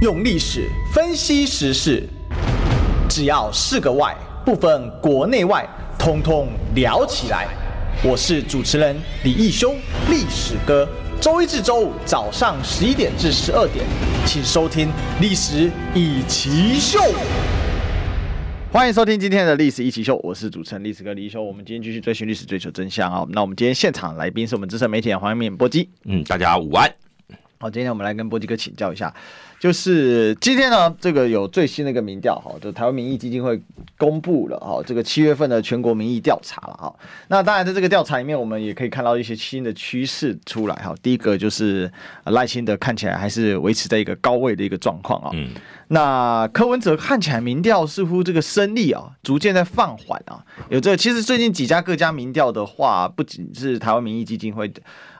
用历史分析时事，只要是个“外”，不分国内外，通通聊起来。我是主持人李义修，历史哥。周一至周五早上十一点至十二点，请收听《历史一奇秀》。欢迎收听今天的《历史一起秀》，我是主持人历史哥李一修。我们今天继续追寻历史，追求真相啊、那我们今天现场来宾是我们资深媒体人黄明敏波基。嗯，大家午安。好，今天我们来跟波基哥请教一下，就是今天呢，这个有最新的一个民调哈，就台湾民意基金会公布了哈，这个七月份的全国民意调查了哈。那当然，在这个调查里面，我们也可以看到一些新的趋势出来哈。第一个就是呃赖清德看起来还是维持在一个高位的一个状况啊。嗯，那柯文哲看起来民调似乎这个声力啊，逐渐在放缓啊。有这个其实最近几家各家民调的话，不仅是台湾民意基金会，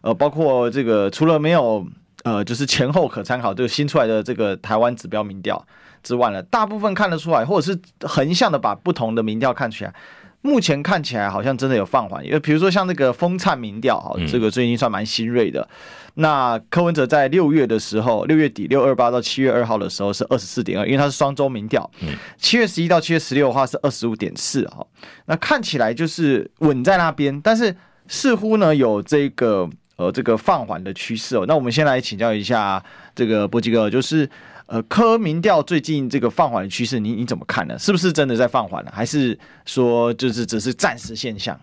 呃，包括这个除了没有呃，就是前后可参考这个新出来的这个台湾指标民调之外呢，大部分看得出来，或者是横向的把不同的民调看起来。目前看起来好像真的有放缓，因为比如说像那个风灿民调哈，这个最近算蛮新锐的，那柯文哲在六月的时候，六月底六二八到七月二号的时候是二十四点二，因为它是双周民调。七、月十一到七月十六的话是二十五点四啊哈，那看起来就是稳在那边，但是似乎呢有这个呃这个放缓的趋势哦。那我们先来请教一下这个波基哥，就是呃柯民调最近这个放缓的趋势，你你怎么看呢？是不是真的在放缓了，还是说就是只是暂时现象？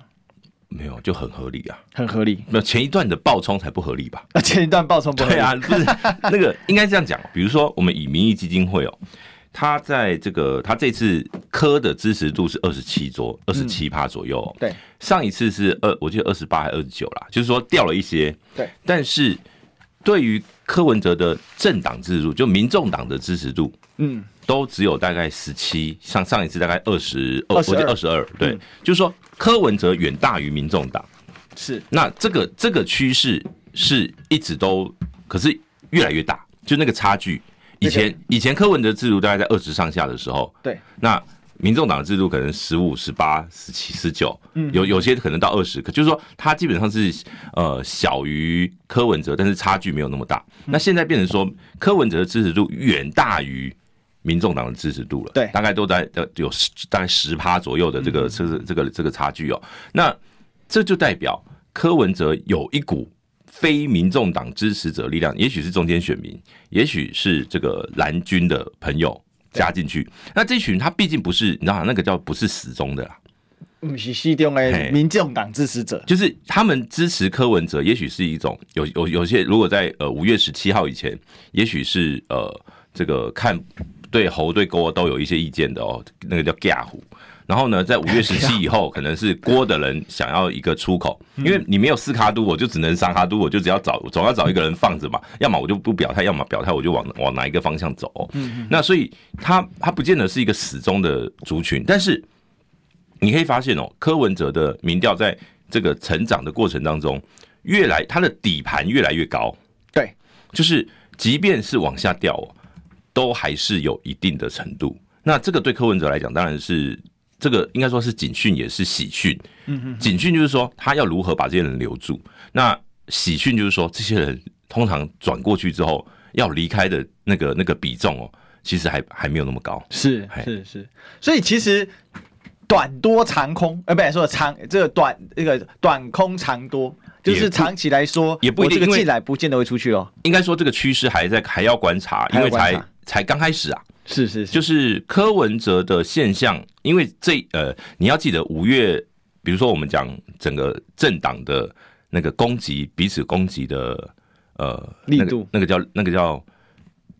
没有就很合理啊。很合理， 没有前一段的爆冲才不合理吧？那前一段爆冲不合理对啊，不是 那个应该这样讲。哦比如说，我们以民意基金会哦，他在这个他这次科的支持度是二十七左二十七趴左右、哦对上一次是二，我记得二十八还二十九啦，就是说掉了一些。对，但是对于柯文哲的政党支持度，就民众党的支持度，嗯，都只有大概十七，上上一次大概二十二，我记22得二十二，对，嗯就是说柯文哲远大于民众党，是那这个这个趋势是一直都，可是越来越大，就那个差距。以前、以前柯文哲制度大概在二十上下的时候，对，那民众党的制度可能十五、十八、十七、十九，嗯有有些可能到二十，可就是说它基本上是呃小于柯文哲，但是差距没有那么大。嗯那现在变成说柯文哲的支持度远大于。民众党的支持度了，对嗯大概都在呃有十大概十趴左右的这个这个这个这个差距哦。那这就代表柯文哲有一股非民众党支持者力量，也许是中间选民，也许是这个蓝军的朋友加进去。那这群他毕竟不是，你知道吗那个叫不是死忠的啦，不嗯是西中的嘿民众党支持者，就是他们支持柯文哲，也许是一种有有有些如果在呃五月十七号以前，也许是呃这个看对猴对郭都有一些意见的哦，那个叫尬虎。然后呢，在五月十七以后，可能是郭的人想要一个出口，因为你没有四卡都，我就只能三卡都，我就只要找总要找一个人放着嘛， 要么我就不表态，要么表态我就往往哪一个方向走哦、那所以他他不见得是一个死忠的族群，但是你可以发现哦，柯文哲的民调在这个成长的过程当中，越来他的底盘越来越高，对，就是即便是往下掉哦，都还是有一定的程度。那这个对柯文哲来讲，当然是这个应该说是警讯，也是喜讯。嗯警讯就是说他要如何把这些人留住，那喜讯就是说这些人通常转过去之后要离开的那个那个比重哦，其实还还没有那么高。是嘿是是，所以其实短多长空，呃，不是说长这个短这个短空长多，就也是不长期来说，也不一定我这因个为进来不见得会出去哦。应该说这个趋势还在还要观察，因为还要才观察才刚开始啊。是是是，就是柯文哲的现象，因为这呃，你要记得五月，比如说我们讲整个政党的那个攻击，彼此攻击的呃力那个度那个叫那个叫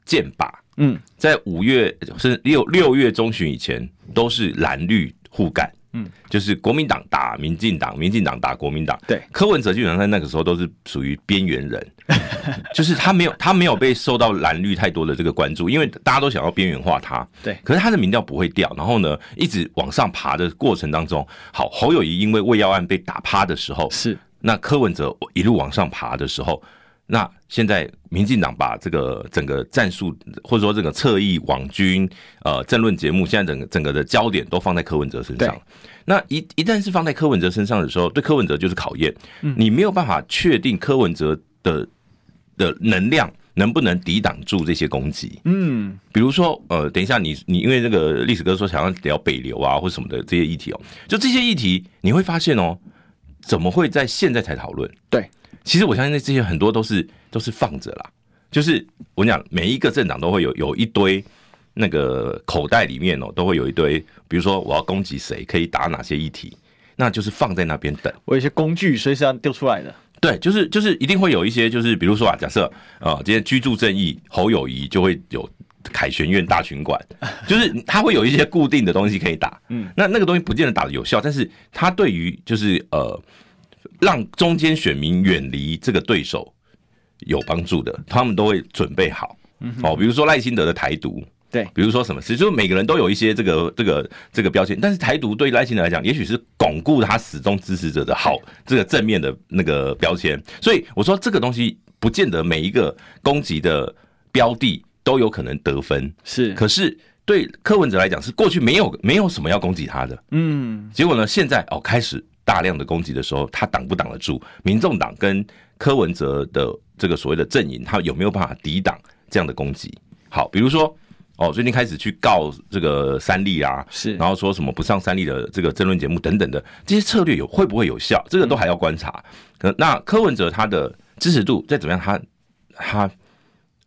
剑靶，嗯，在五月是六六月中旬以前都是蓝绿互干，嗯，就是国民党打民进党，民进党打国民党，对柯文哲基本上在那个时候都是属于边缘 人，就是他没有他没有被受到蓝绿太多的这个关注，因为大家都想要边缘化他，对可是他的民调不会掉，然后呢，一直往上爬的过程当中，好，侯友谊因为魏耀案被打趴的时候，是那柯文哲一路往上爬的时候，那现在民进党把这个整个战术或者说这个侧翼网军呃政论节目，现在整个整个的焦点都放在柯文哲身上对。那一一旦是放在柯文哲身上的时候，对柯文哲就是考验，你没有办法确定柯文哲的的能量能不能抵挡住这些攻击？嗯，比如说，呃，等一下你你因为那个历史哥说想要聊北流啊或什么的这些议题哦，就这些议题你会发现哦，怎么会在现在才讨论？对，其实我相信这些很多都是都是放着啦，就是我跟你讲每一个政党都会有有一堆那个口袋里面哦，都会有一堆，比如说我要攻击谁，可以打哪些议题，那就是放在那边等。我有一些工具随时要丢出来的。对，就是就是一定会有一些，就是比如说啊，假设呃，今天居住正义侯友谊就会有凯旋院大巡馆，就是他会有一些固定的东西可以打，嗯，那那个东西不见得打的有效，但是他对于就是呃，让中间选民远离这个对手有帮助的，他们都会准备好，哦，比如说赖清德的台独。对比如说什么事，就是每个人都有一些这个这个这个标签，但是台独对赖清德来讲，也许是巩固他始终支持者的好这个正面的那个标签。所以我说这个东西不见得每一个攻击的标的都有可能得分，是，可是对柯文哲来讲是过去没有没有什么要攻击他的，嗯，结果呢，现在哦开始大量的攻击的时候，他挡不挡得住？民众党跟柯文哲的这个所谓的阵营，他有没有办法抵挡这样的攻击？好，比如说哦，最近开始去告这个三立啊，是然后说什么不上三立的这个争论节目等等的这些策略有会不会有效？这个都还要观察。可那柯文哲他的支持度再怎么样，他他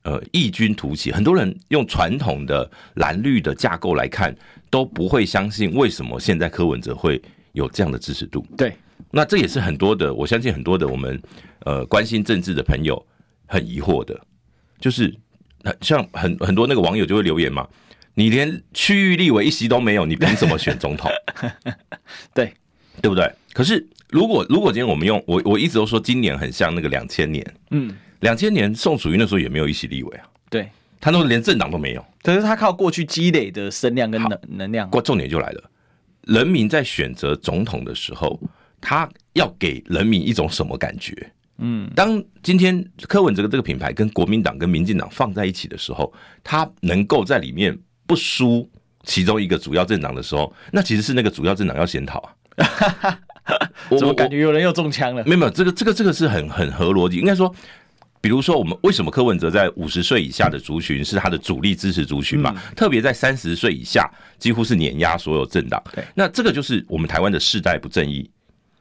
呃异军突起，很多人用传统的蓝绿的架构来看，都不会相信为什么现在柯文哲会有这样的支持度。对，那这也是很多的，我相信很多的我们呃关心政治的朋友很疑惑的，就是呃像很很多那个网友就会留言嘛，你连区域立委一席都没有，你凭什么选总统？对，对不对？可是如果如果今天我们用我我一直都说今年很像那个两千年，嗯，两千年宋楚瑜那时候也没有一席立委啊，对。他都连政党都没有。可是他靠过去积累的声量跟好能能量，过重点就来了，人民在选择总统的时候，他要给人民一种什么感觉？嗯，当今天柯文哲这个品牌跟国民党跟民进党放在一起的时候，他能够在里面不输其中一个主要政党的时候，那其实是那个主要政党要检讨啊。 我怎么我感觉有人又中枪了？没有没有，这个这个这个是很很合逻辑。应该说，比如说我们为什么柯文哲在五十岁以下的族群是他的主力支持族群嘛？嗯特别在三十岁以下，几乎是碾压所有政党对。那这个就是我们台湾的世代不正义，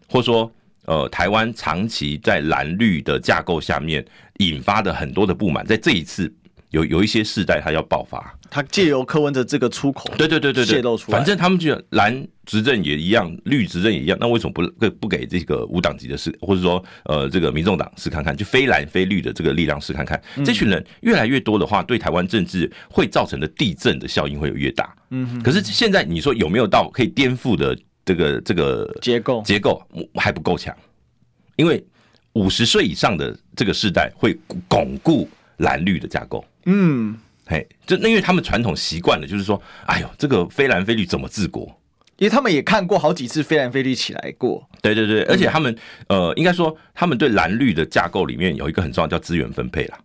或说呃，台湾长期在蓝绿的架构下面引发的很多的不满，在这一次有有一些世代它要爆发。他借由柯文哲这个出口，对对对对对，泄露出来反正他们觉得蓝执政也一样，绿执政也一样，那为什么不不不给这个无党籍的试，或者说呃这个民众党试看看，就非蓝非绿的这个力量试看看？嗯这群人越来越多的话，对台湾政治会造成的地震的效应会有越大。嗯哼，可是现在你说有没有到可以颠覆的这个这个结构结构我还不够强，因为五十岁以上的这个世代会巩固蓝绿的架构。嗯，嘿，就那因为他们传统习惯了，就是说，哎呦，这个非蓝非绿怎么治国？因为他们也看过好几次非蓝非绿起来过，对对对，而且他们呃，应该说他们对蓝绿的架构里面有一个很重要叫资源分配啦，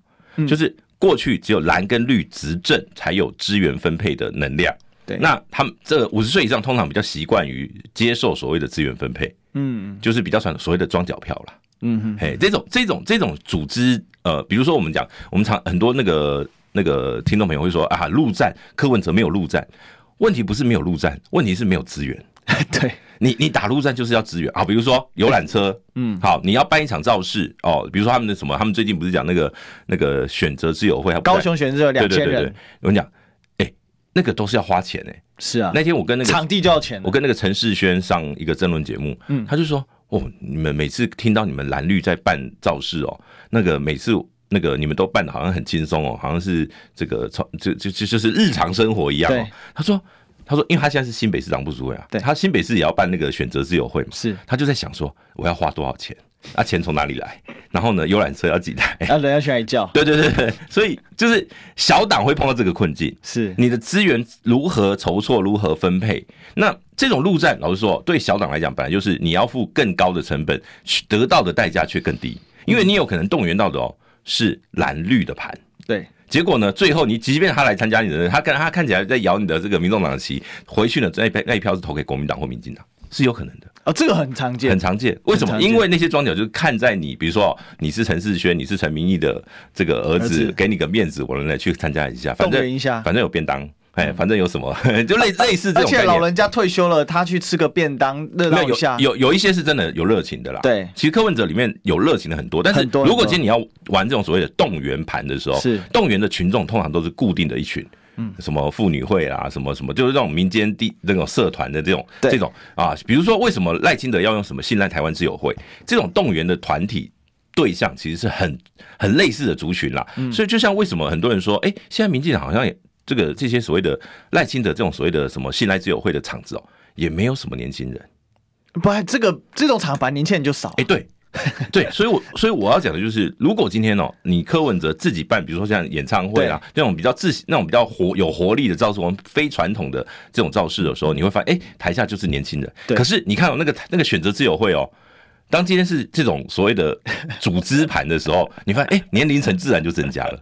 就是过去只有蓝跟绿执政才有资源分配的能量。对那他们这五十岁以上通常比较习惯于接受所谓的资源分配，嗯就是比较传所谓的庄脚票啦。嗯哼，嘿，这种这种这种组织，呃，比如说我们讲，我们常很多那个那个听众朋友会说啊，陆战柯文哲没有陆战，问题不是没有陆战，问题是没有资源。 对，你你打陆战就是要资源啊，比如说游览车，嗯，好，你要办一场造势哦，比如说他们的什么，他们最近不是讲那个那个选择之友会，高雄选这对两对对千对，人对我跟你讲，哎、那个都是要花钱哎、是啊，那天我跟那个场地就要钱了，我跟那个陈世轩上一个争论节目，嗯他就说，哦，你们每次听到你们蓝绿在办造势哦，那个每次那个你们都办的好像很轻松哦，好像是这个从就就就就是日常生活一样哦对。他说，他说，因为他现在是新北市长部主委啊，对他新北市也要办那个选择自由会嘛，是他就在想说，我要花多少钱？啊，钱从哪里来？然后呢，游览车要几台？ 啊，人家喜欢一叫，对对对对，所以就是小党会碰到这个困境，是你的资源如何筹措，如何分配？那这种陆战，老实说，对小党来讲，本来就是你要付更高的成本，得到的代价却更低，因为你有可能动员到的哦是蓝绿的盘。对，结果呢，最后你即便他来参加你的，他看他看起来在摇你的这个民众党的旗，回去呢那一票那一票是投给国民党或民进党，是有可能的。啊，这个很常见很，常见。为很什么？常见因为那些庄脚就是看在你，比如说哦你是陈世轩，你是陈明义的这个儿儿子子，给你个面子，我来去参加一下，反动正员一下。嗯反正有便当，哎，反正有什么， 就类类似这而种且概老念。人家退休了，他去吃个便当热没闹一有下，有有一些是真的有热情的啦。对其实柯文哲里面有热情的很多，但是很多如果很多今天你要玩这种所谓的动员盘的时候，是动员的群众通常都是固定的一群。嗯，什么妇女会啊，什么什么，就是这种民间地那种社团的这种对这种啊，比如说为什么赖清德要用什么信赖台湾自由会这种动员的团体对象，其实是很很类似的族群啦。所以就像为什么很多人说，哎、现在民进党好像也这个这些所谓的赖清德这种所谓的什么信赖自由会的场子哦，也没有什么年轻人。不，这个这种场反正年轻人就少哎、。对，对，所以我所以我要讲的就是，如果今天哦，你柯文哲自己办，比如说像演唱会啊那种比较自那种比较活有活力的造势，我们非传统的这种造势的时候，你会发现，哎、台下就是年轻人。对可是你看哦，那个那个选择自由会哦。当今天是这种所谓的组织盘的时候，你发现哎、年龄层自然就增加了。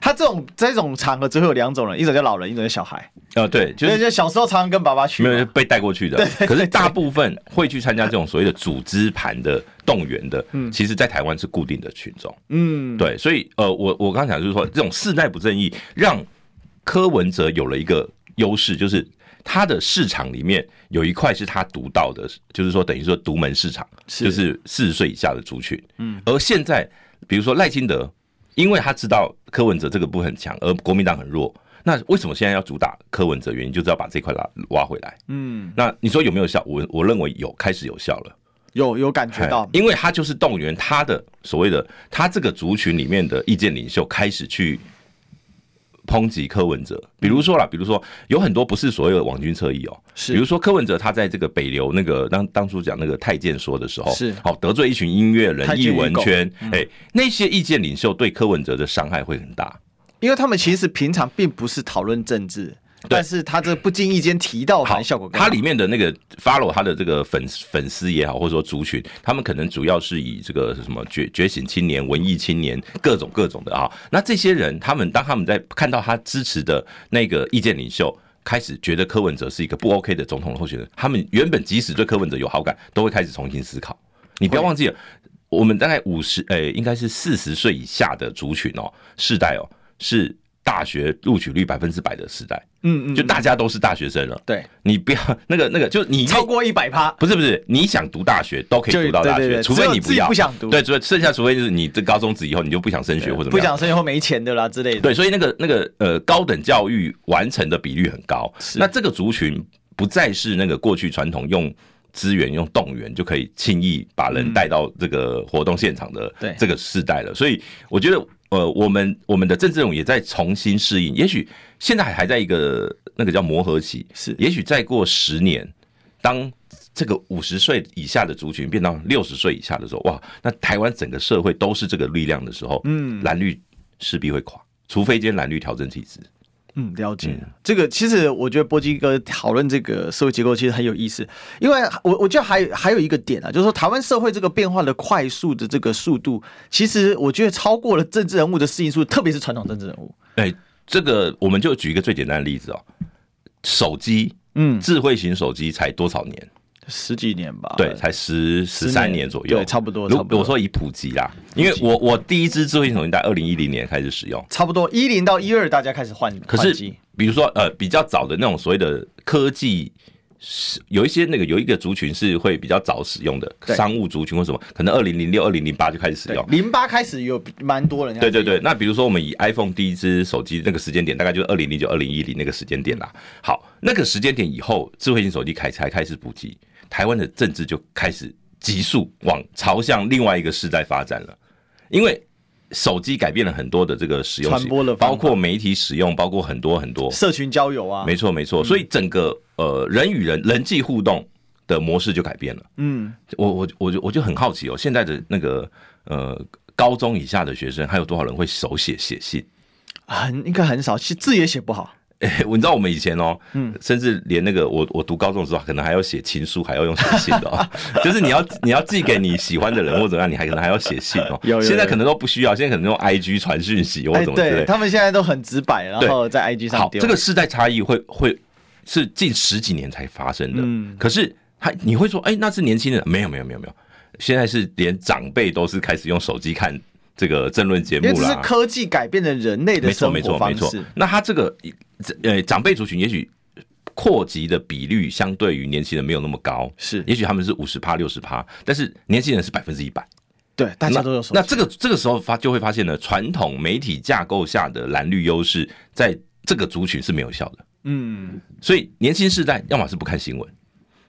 他这种这种场合只会有两种人，一种叫老人，一种叫小孩。呃，对，就所以是就小时候常常跟爸爸去没嘛，有被带过去的。可是大部分会去参加这种所谓的组织盘的动员的，其实，在台湾是固定的群众。嗯，对，所以呃，我我刚刚讲就是说，这种世代不正义让柯文哲有了一个优势，就是他的市场里面有一块是他独到的，就是说等于说独门市场，是就是四十岁以下的族群。嗯，而现在比如说赖清德，因为他知道柯文哲这个部分很强，而国民党很弱。那为什么现在要主打柯文哲？原因就是要把这块拉挖回来。嗯，那你说有没有效？我我认为有，开始有效了。有有感觉到哎，因为他就是动员他的所谓的他这个族群里面的意见领袖开始去抨击柯文哲，比如说啦，比如说有很多不是所谓的网军侧翼哦，是比如说柯文哲他在这个北流那个当当初讲那个太监说的时候，是好得罪一群音乐人、太监嗯艺与文狗圈，哎，那些意见领袖对柯文哲的伤害会很大，因为他们其实平常并不是讨论政治，但是他这不经意间提到，反好，而效果更它好。里面的那个 follow 他的这个粉粉丝也好，或者说族群，他们可能主要是以这个什么觉觉醒青年、文艺青年各种各种的啊。那这些人，他们当他们在看到他支持的那个意见领袖。开始觉得柯文哲是一个不 OK 的总统候选人，他们原本即使对柯文哲有好感，都会开始重新思考。你不要忘记了，我们大概五十，诶，应该是四十岁以下的族群哦，世代哦，是大学录取率百分之百的时代，嗯嗯，就大家都是大学生了。对，你不要那个那个，就是你超过一百趴，不是不是，你想读大学都可就以读到大学，对对对除非只有你自己要不想读对，除非剩下除非就是你这高中职以后你就不想升学或者不讲生活没钱的啦之类的。对，所以那个那个呃高等教育完成的比率很高，是那这个族群不再是那个过去传统用。资源用动员就可以轻易把人带到这个活动现场的嗯对这个世代了，所以我觉得，呃，我们我们的政治人物也在重新适应，也许现在还在一个那个叫磨合期，是也许再过十年，当这个五十岁以下的族群变到六十岁以下的时候，哇，那台湾整个社会都是这个力量的时候，嗯，蓝绿势必会垮，除非今天蓝绿调整体制。嗯，了解。这个其实我觉得波基哥讨论这个社会结构其实很有意思，因为我我觉得还有还有一个点啊，就是说台湾社会这个变化的快速的这个速度，其实我觉得超过了政治人物的适应速度，特别是传统政治人物。哎、这个我们就举一个最简单的例子哦，手机，嗯，智慧型手机才多少年？十几年吧。对，才十十三年左右，对差不多如差不多我说以普及啦，因为我我第一支智慧型手机在二零一零年开始使用。差不多一零到一二，大家开始换可换是机，比如说呃，比较早的那种所谓的科技，是有一些那个有一个族群是会比较早使用的，对商务族群或什么，可能二零零六、二零零八就开始使对用。零八开始有蛮多人。对对对，，那比如说我们以 iPhone 第一支手机那个时间点，大概就是二零零九、二零一零那个时间点啦。好，那个时间点以后，智慧型手机开才开始普及，台湾的政治就开始急速往朝向另外一个时代发展了，因为。手机改变了很多的这个使用习传播的方法包括媒体使用，包括很多很多。社群交友啊，没错没错，所以整个呃人与人人际互动的模式就改变了。嗯，我我我就我就很好奇哦，现在的那个呃高中以下的学生，还有多少人会手写写信？ 很应该很少，其实字也写不好。哎、我你知道我们以前哦，嗯，甚至连那个我我读高中的时候，可能还要写情书，还要用写信的哦， 就是你要你要寄给你喜欢的人或者怎样，你还可能还要写信哦。有有有现在可能都不需要，现在可能用 IG 传讯息或哎，怎么之类对的。他们现在都很直白，然对后在 IG 上好，丢。这个世代差异会会是近十几年才发生的。嗯可是他你会说，哎、那是年轻人？没有，没有，没有，没有，现在是连长辈都是开始用手机看这个政论节因为目这是啦。科技改变了人类的没错，生没活错，没方错式。。那他这个呃长辈族群，也许扩及的比率相对于年轻人没有那么高，是也许他们是五十趴、六十趴，但是年轻人是百分之一百。对，大家都有手那。机那这个这个时候发就会发现呢，传统媒体架构下的蓝绿优势，在这个族群是没有效的。嗯，所以年轻世代要么是不看新闻，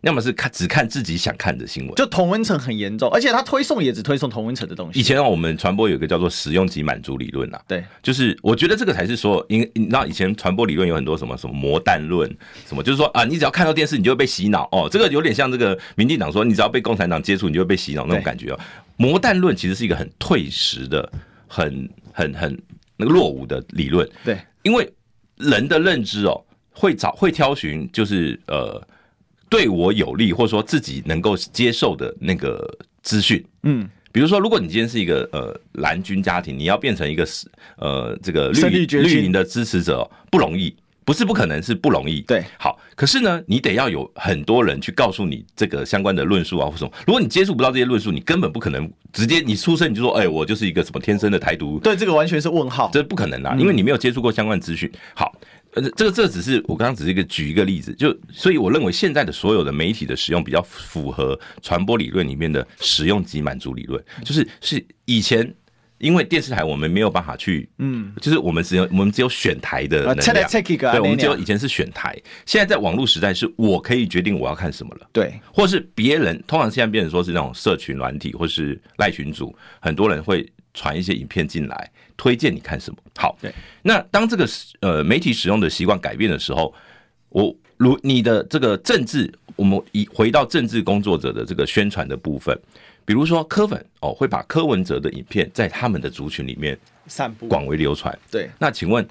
要么是看只看自己想看的新闻。就同温层很严重，而且他推送也只推送同温层的东以西。前啊我们传播有一个叫做使用及满足理论啊，对，就是我觉得这个才是说，因你知道以前传播理论有很多什么什么魔弹论，什么就是说啊，你只要看到电视你就会被洗脑哦，这个有点像这个民进党说你只要被共产党接触你就会被洗脑那种对感觉哦。魔弹论其实是一个很退实的、很很很那个落伍的理论，对，因为人的认知哦，会找会挑选就是呃对我有利或者说自己能够接受的那个资讯，嗯，比如说，如果你今天是一个呃蓝军家庭，你要变成一个呃这个绿胜利决心绿营的支持者哦不容易，不是不可能，是不容易。对，好，可是呢，你得要有很多人去告诉你这个相关的论述啊或什么。如果你接触不到这些论述，你根本不可能直接你出生你就说，哎、我就是一个什么天生的台独对，这个完全是问号。这不可能啊啦，因为你没有接触过相关资讯。好，呃，这个这个只是我刚刚只是一个举一个例子，就所以我认为现在的所有的媒体的使用比较符合传播理论里面的使用及满足理论，就是是以前。因为电视台我们没有办法去，嗯，就是我们只有我们只有选台的啊能，check 来量， check 一个啊对，我们那只有样以前是选台，现在在网络时代是我可以决定我要看什么了。对，或是别人，通常现在变成说是那种社群软体或是赖群组，很多人会传一些影片进来，推荐你看什么。好，对，那当这个呃媒体使用的习惯改变的时候，我如你的这个政治，我们以回到政治工作者的这个宣传的部分，比如说柯粉哦，会把柯文哲的影片在他们的族群里面散步。广为流传。对，那请问，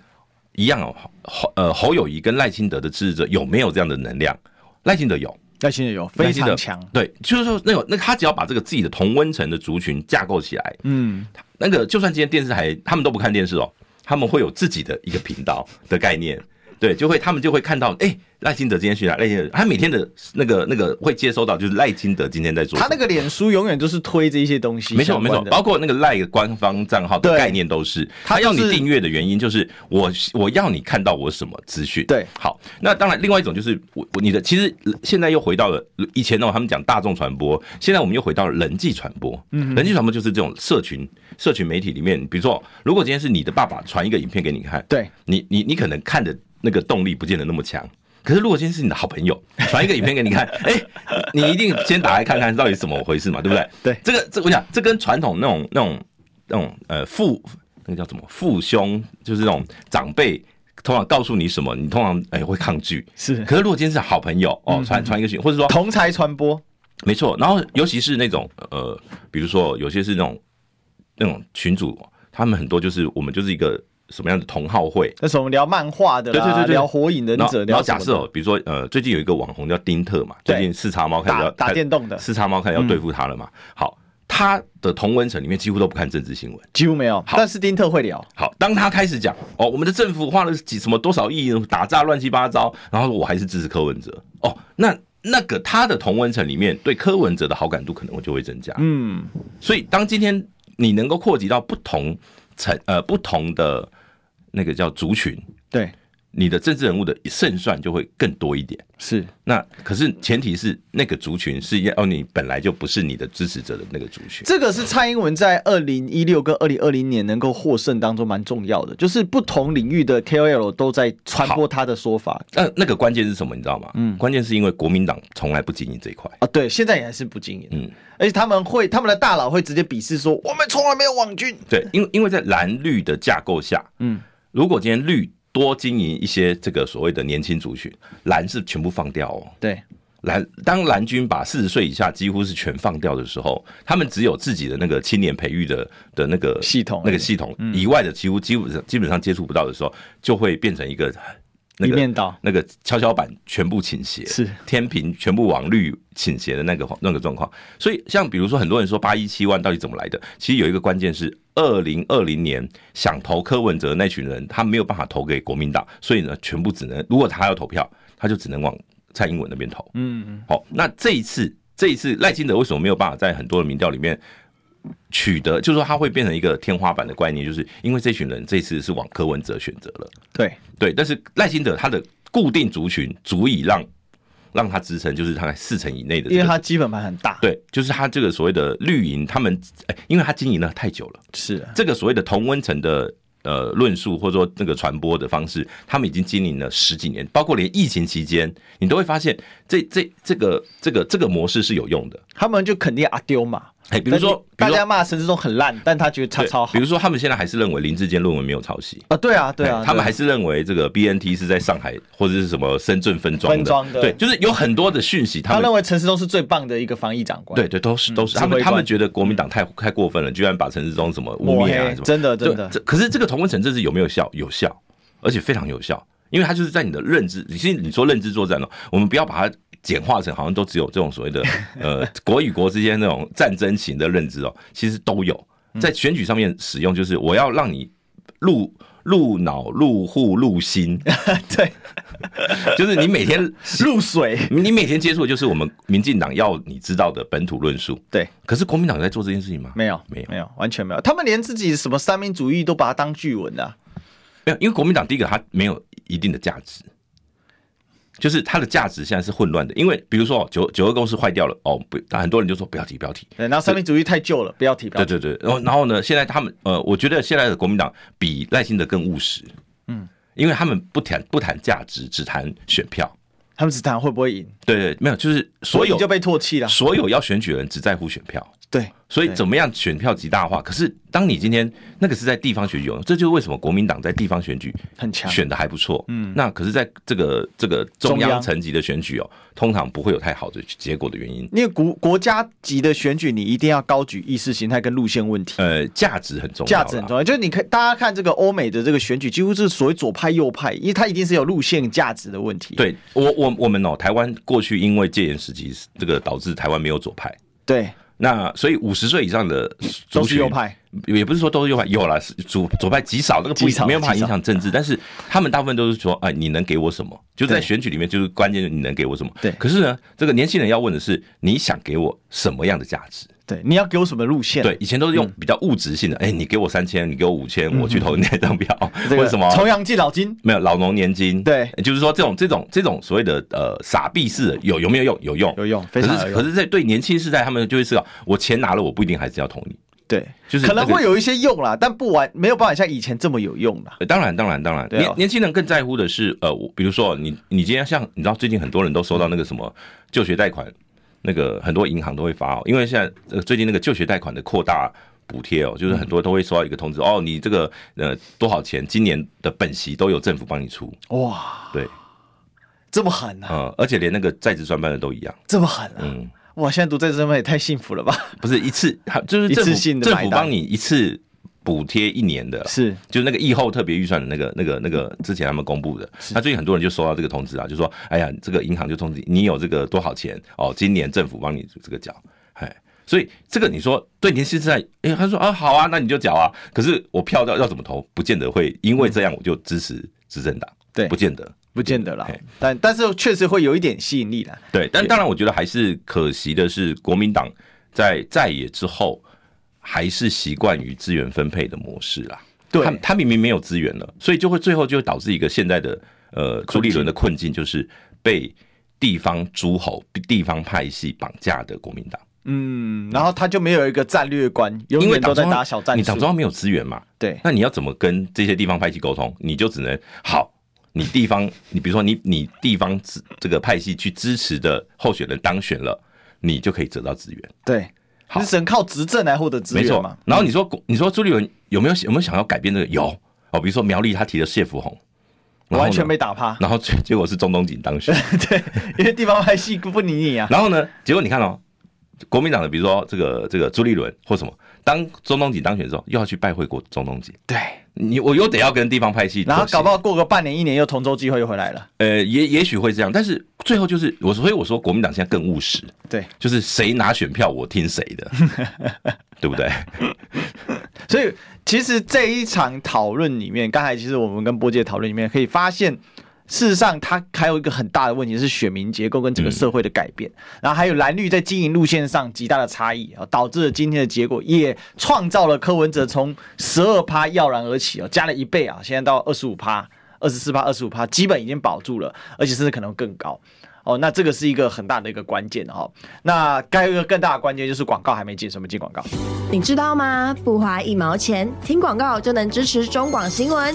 一样哦，侯呃侯友谊跟赖清德的支持者有没有这样的能量？赖清德有。赖清德有非那常个强。对，就是说那个那个他只要把这个自己的同温层的族群架构起来，嗯，那个就算今天电视台他们都不看电视哦，他们会有自己的一个频道的概念，对，就会他们就会看到，哎、赖清德今天去哪？赖清德他每天的那个那个会接收到就是赖清德今天在做什他么，那个脸书永远就是推这些东西没错相没关错的，，包括那个赖官方账号的对概念都是，他他要你就是订阅的原因就是我我要你看到我什么资讯。对好，那当然另外一种就是我我你的其实呃现在又回到了以前哦，他们讲大众传播，现在我们又回到了人际传播。嗯，人际传播就是这种社群社群媒体里面，比如说如果今天是你的爸爸传一个影片给你看，对，你你你可能看的那个动力不见得那么强。可是，如果今天是你的好朋友，传一个影片给你看， 哎、你一定先打开看看到底是怎么回事嘛，对不对？对这个这我想，这跟传统那种那种那种呃父那个叫什么父兄，就是那种长辈通常告诉你什么，你通常哎、会抗拒。是可是如果今天是好朋友嗯哦，传传一个讯，或者说同才传播。没错，然后尤其是那种呃，比如说有些是那种那种群主，他们很多就是我们就是一个什么样的同好会，那时候我们聊漫画的啦，对对对对聊火影忍然后者，然聊后什假么的设哦，比如说呃，最近有一个网红叫丁特嘛，对最近四叉猫开始打要打电动的嗯四叉猫开始要对付他了嘛。好，他的同温层里面几乎都不看政治新闻。几乎没有，好但是丁特会聊。好，当他开始讲哦，我们的政府花了几什么多少亿打炸乱七八糟，然后我还是支持柯文哲哦，那那个他的同温层里面对柯文哲的好感度可能就会增加。嗯，所以当今天你能够扩及到不同层呃不同的那个叫族群，对，你的政治人物的胜算就会更多一点。是那可是前提是那个族群是要哦，你本来就不是你的支持者的那个族群。这个是蔡英文在二零一六跟二零二零年能够获胜当中蛮重要的，就是不同领域的 KOL 都在传播他的说法那那个关键是什么？你知道吗？嗯，关键是因为国民党从来不经营这一块。啊。对，现在也还是不经营，嗯，而且他们会他们的大佬会直接鄙视说我们从来没有网军，对，因为因为在蓝绿的架构下，嗯，如果今天绿多经营一些这个所谓的年轻族群，蓝是全部放掉哦。对，蓝当蓝军把四十岁以下几乎是全放掉的时候，他们只有自己的那个青年培育的的那个系统嗯那个系统以外的，几乎基本上基本上接触不到的时候，就会变成一个那一个面倒那个跷跷板全部倾斜，是天平全部往绿倾斜的那个那个状况。所以像比如说很多人说八一七万到底怎么来的，其实有一个关键是。二零二零年想投柯文哲那群人，他没有办法投给国民党，所以呢，全部只能如果他要投票，他就只能往蔡英文那边投。嗯，好，那这一次，这一次赖清德为什么没有办法在很多的民调里面取得，就是说他会变成一个天花板的概念，就是因为这群人这次是往柯文哲选择了，对，对，但是赖清德他的固定族群足以让让他支撑，就是他在四成以内的、这因为个，它基本盘很大，，对，就是他这个所谓的绿营，他们哎、因为他经营了太久了，是这个所谓的同温层的。呃，论述或者说那个传播的方式，他们已经经营了十几年，包括连疫情期间，你都会发现这这这个这个这个模式是有用的。他们就肯定阿丢嘛。哎，比如说，比但是如大家说，骂陈志忠很烂，但他觉得他对超好比如说，他们现在还是认为林志坚论文没有抄袭。啊，对啊，对啊哎，他们对啊还是认为这个 BNT 是在上海或者是什么深圳分装的，分装的对，就是有很多的讯息，他他认们为陈世忠是最棒的一个防疫长官，对，对都是都是指他们挥他官嗯们觉得国民党太太过分了，居然把陈世忠什么污抹蔑啊黑什，么，真的真对，的这可是这个同温层这次有没有效？有效，而且非常有效，因为它就是在你的认知，你是你说认知作战哦，我们不要把它简化成好像都只有这种 所谓的呃国与国之间那种战争型的认知哦，其实都有嗯在选举上面使用，就是我要让你入入脑、入户、入心， 对， 就是你每天 入水，你每天接触的就是我们民进党要你知道的本土论述。对，可是国民党有在做这件事情吗？没有没有没有完全没有，他们连自己什么三民主义都把它当巨文啊了、没有，因为国民党第一个它没有一定的价值，就是它的价值现在是混乱的。因为比如说哦九九二共识坏掉了，哦不，但很多人就说不要提，不要提。对，然后三民主义太旧了，不要提，不对要提，对对，然后然后呢？现在他们呃，我觉得现在的国民党比赖清德更务实，嗯，因为他们不谈不谈价值，只谈选票。他们只谈会不会赢，对对，没有，就是所有赢就被唾弃了，所有要选举的人只在乎选票，对，所以对怎么样选票极大化？可是当你今天那个是在地方选举，这就是为什么国民党在地方选举很强，选的还不错，嗯，那可是在这个这个中中央央层级的选举哦，通常不会有太好的结果的原因。因为国国家级的选举，你一定要高举意识形态跟路线问题。呃，价值很重要啦，价值很重要，就是你看，大家看这个欧美的这个选举，几乎是所谓左派右派，因为它一定是有路线价值的问题。对我我我们哦，台湾过去因为戒严时期，这个导致台湾没有左派，对，那所以五十岁以上的都族是群右，派，也不是说都是右派，有啦，是左左派极少，那个不极少没有办法极影少响政治，但是他们大部分都是说，哎、你能给我什么？就是在对选举里面，就是关键，你能给我什么？对可是呢，这个年轻人要问的是，你想给我什么样的价值？对，你要给我什么路线？对，以前都是嗯用比较物质性的，哎、你给我三千，你给我五千，我去投你那张票，这个为什么？重阳敬老金，没有老农年金，对，就是说这种这种这种所谓的呃傻逼式的有有没有用？有用，有用，非可常有是可用。是，在对年轻世代，他们就会思考，我钱拿了，我不一定还是要投你。对，就是可能那个会有一些用啦，但不完没有办法像以前这么有用啦。呃当然，当然，当然，对啊年年轻人更在乎的是，呃，我比如说你，你今天像你知道，最近很多人都收到那个什么就学贷款，那个很多银行都会发哦，因为现在、呃、最近那个就学贷款的扩大补贴哦，就是很多都会收到一个通知，哦，你这个呃多少钱，今年的本息都有政府帮你出，哇，对，这么狠啊，呃，而且连那个在职专班的都一样，这么狠啊！嗯，哇，现在读在这边也太幸福了 吧？不是一次，它就是政一府次性的政买府单帮你一次补贴一年的啦，是，就是那个疫后特别预算的那个、那个、那个，之前他们公布的，那最近很多人就收到这个通知啊，就说，哎呀，这个银行就通知你有这个多少钱哦，今年政府帮你这个缴，哎，所以这个你说对年轻世代，哎，他说啊好啊，那你就缴啊，可是我票要要怎么投，不见得会因为这样我就支持执政党，对不见得。不见得啦嘿，但但是确实会有一点吸引力啦。对，但当然，我觉得还是可惜的是，国民党在在野之后，还是习惯于资源分配的模式啦。对他他明明没有资源了，所以就会最后就会导致一个现在的呃朱立伦的困境，就是被地方诸侯、地方派系绑架的国民党，嗯，然后他就没有一个战略观，永因为远都党在中央啊打小战你党术中。央没有资源嘛，对，那你要怎么跟这些地方派系沟通？你就只能好，你地方，你比如说你你地方支这个派系去支持的候选人当选了，你就可以得到资源。对，好你只能靠执政来获得资没源错嘛。。然后你说，你说朱立伦有没有有没有想要改变这个？有哦，比如说苗栗他提了谢福洪，然后呢完全被。打趴， 然后结结果是中东锦当选，对，因为地方派系不理你 啊。然后呢，结果你看哦，国民党的比如说这个这个朱立伦或什么，当中东锦当选之后，又要去拜会过中东锦，对，你我又得要跟地方派系妥然协，后搞不好过个半年一年又同舟机会又回来了。呃，也也许会这样，但是最后就是我，所以我说国民党现在更务实，对，就是谁拿选票我听谁 的，对不对？所以其实这一场讨论里面，刚才其实我们跟波姐讨论里面可以发现，事实上，它还有一个很大的问题是选民结构跟整个社会的改变，然后还有蓝绿在经营路线上极大的差异啊，导致了今天的结果，也创造了柯文哲从十二趴耀然而起哦，加了一倍啊，现在到二十五趴、二十四趴、二十五趴，基本已经保住了，而且甚至可能更高。哦，那这个是一个很大的一个关键哦。那该有一个更大的关键就是广告还没进，什么进广告？你知道吗？不花一毛钱，听广告就能支持中广新闻。